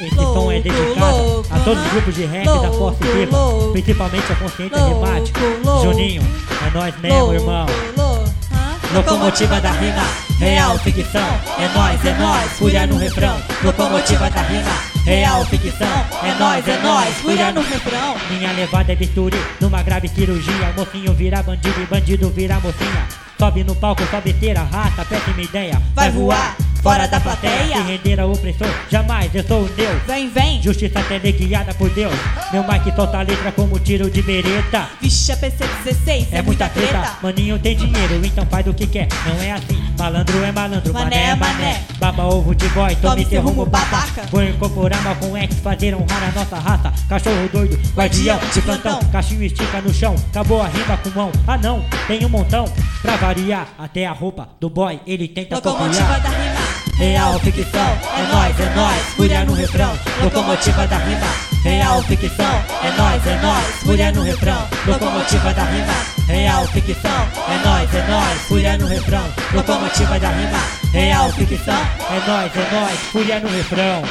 Esse som é dedicado a todos os grupos de rap da Força Viva, principalmente a Consciente Arrebate. Juninho, é nós mesmo, irmão. Locomotiva da rima, real ficção, é nós, é nós, fúria no refrão. Locomotiva da rima, real ficção, é nós, é nós, fúria no refrão. Minha levada é bisturi, numa grave cirurgia, mocinho vira bandido e bandido vira mocinha. Sobe no palco, sobe teira, rata, péssima ideia. Vai voar, fora da plateia. Se render ao opressor, jamais, eu sou o Deus. Vem, vem, Justiça teleguiada por Deus. Meu mic solta a letra como tiro de bereta. vixe a PC-16, É muita treta, maninho tem dinheiro, então faz o que quer. Não é assim, malandro é malandro, Mané mané é é mané. mané. Baba ovo de boy, tome Tome seu seu rumo rumo, babaca. babaca. Vou incorporar mal com ex, fazer honrar a nossa raça. Cachorro doido, guardião de plantão. Cachinho estica no chão, acabou a rima com mão. Ah não, tem um montão. Pra variar, até a roupa do boy ele tenta Locomotiva copiar. da rima, Real ficção, é nóis, é nóis, fúria no refrão, locomotiva da rima. Real ficção, é nóis, é nóis, fúria no refrão, locomotiva da rima. Real ficção, é nóis, é nóis, fúria no refrão, locomotiva da rima. Real ficção, é nóis, é nóis, fúria no refrão.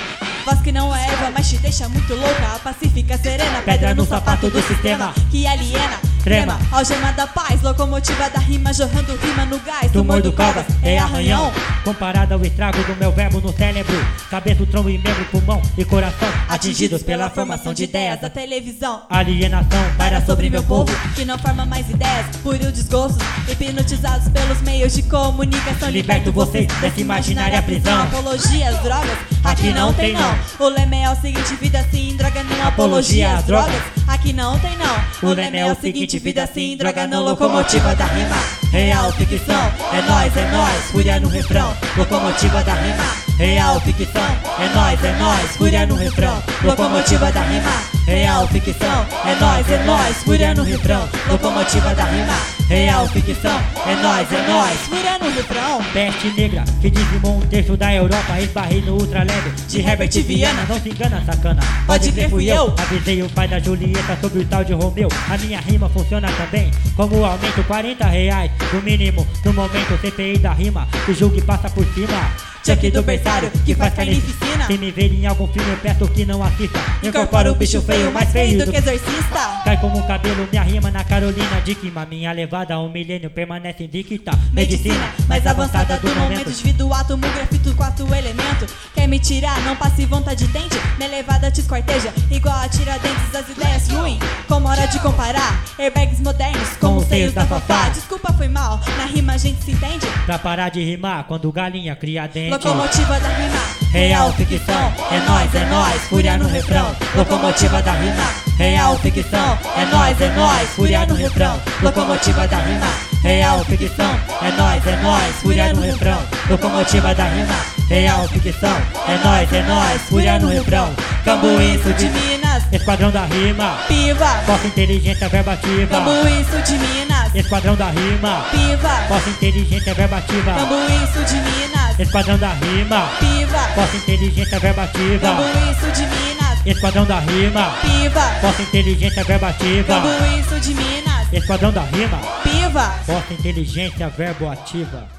Voz que não é Eva, mas te deixa muito louca. A pacífica, serena, pedra no sapato do sistema. Que aliena, Trema. trema, algema da paz. Locomotiva da rima, jorrando rima no gás. Tumor do cobra é arranhão, comparado ao estrago do meu verbo no cérebro. Cabeça, tronco e membro, pulmão e coração, atingidos pela formação de ideias. da televisão. Alienação Para sobre meu povo, que não forma mais ideias, purio desgosto, hipnotizados pelos meios de comunicação. Liberto vocês dessa imaginária prisão. Apologia às drogas, aqui não tem não. O lema é o seguinte: vida sim, droga não. Apologia às drogas, aqui não tem não. O lema é o seguinte, vida sim, droga não, locomotiva da rima. Real ficção, é nós, é nós, fúria no refrão, locomotiva da rima. Real ficção, é nós, é nós, fúria no refrão, locomotiva da rima. Real ficção, é nós, é nós, fúria no refrão, locomotiva da rima. Real ficção, é nós, é nós. Fúria no refrão. Peste negra que dizimou um texto da Europa, esbarrei no ultraleve de Herbert Viana. Não se engana, sacana. Pode crer, fui eu. Avisei o pai da Julieta sobre o tal de Romeu. A minha rima funciona também. Como um aumento 40 reais no mínimo no momento CPI da rima. O julgue passa por cima. Check do berçário, que faz carnificina. Se me verem em algum filme, eu peço que não assista. Incorpora o bicho feio, mais feio do que exorcista. Cai como um cabelo, minha rima na Carolina Dickman Minha levada ao milênio permanece indicta Medicina mais avançada do momento Divido o átomo, grafito, quatro elemento Quer me tirar, não passe vontade dente Minha levada te esquarteja, igual a tiradentes As ideias ruim, como hora de comparar Airbags modernos, com os seios da Fafá Desculpa, foi mal, na rima a gente se entende Pra parar de rimar quando galinha cria dente Locomotiva da rima, Real ficção, é nós, é nós, fúria no refrão Locomotiva da rima Real ficção, é nós, é nós, fúria no refrão Locomotiva da rima Real ficção, é nós, é nós, fúria no refrão Locomotiva da rima Real ficção, é nós, é nós, fúria no refrão Cambuíço Cambuíço de de Minas, Esquadrão da rima piva Força inteligente verbativa Cambuíço de Minas, Esquadrão da rima piva Força inteligente verbativa Cambuíço de Minas, Esquadrão da rima piva Força inteligente verbativa Cambuíço de Minas, Esquadrão da rima piva Força inteligente verbativa Cambuíço de Minas, Esquadrão da rima é piva! Força inteligente verbativa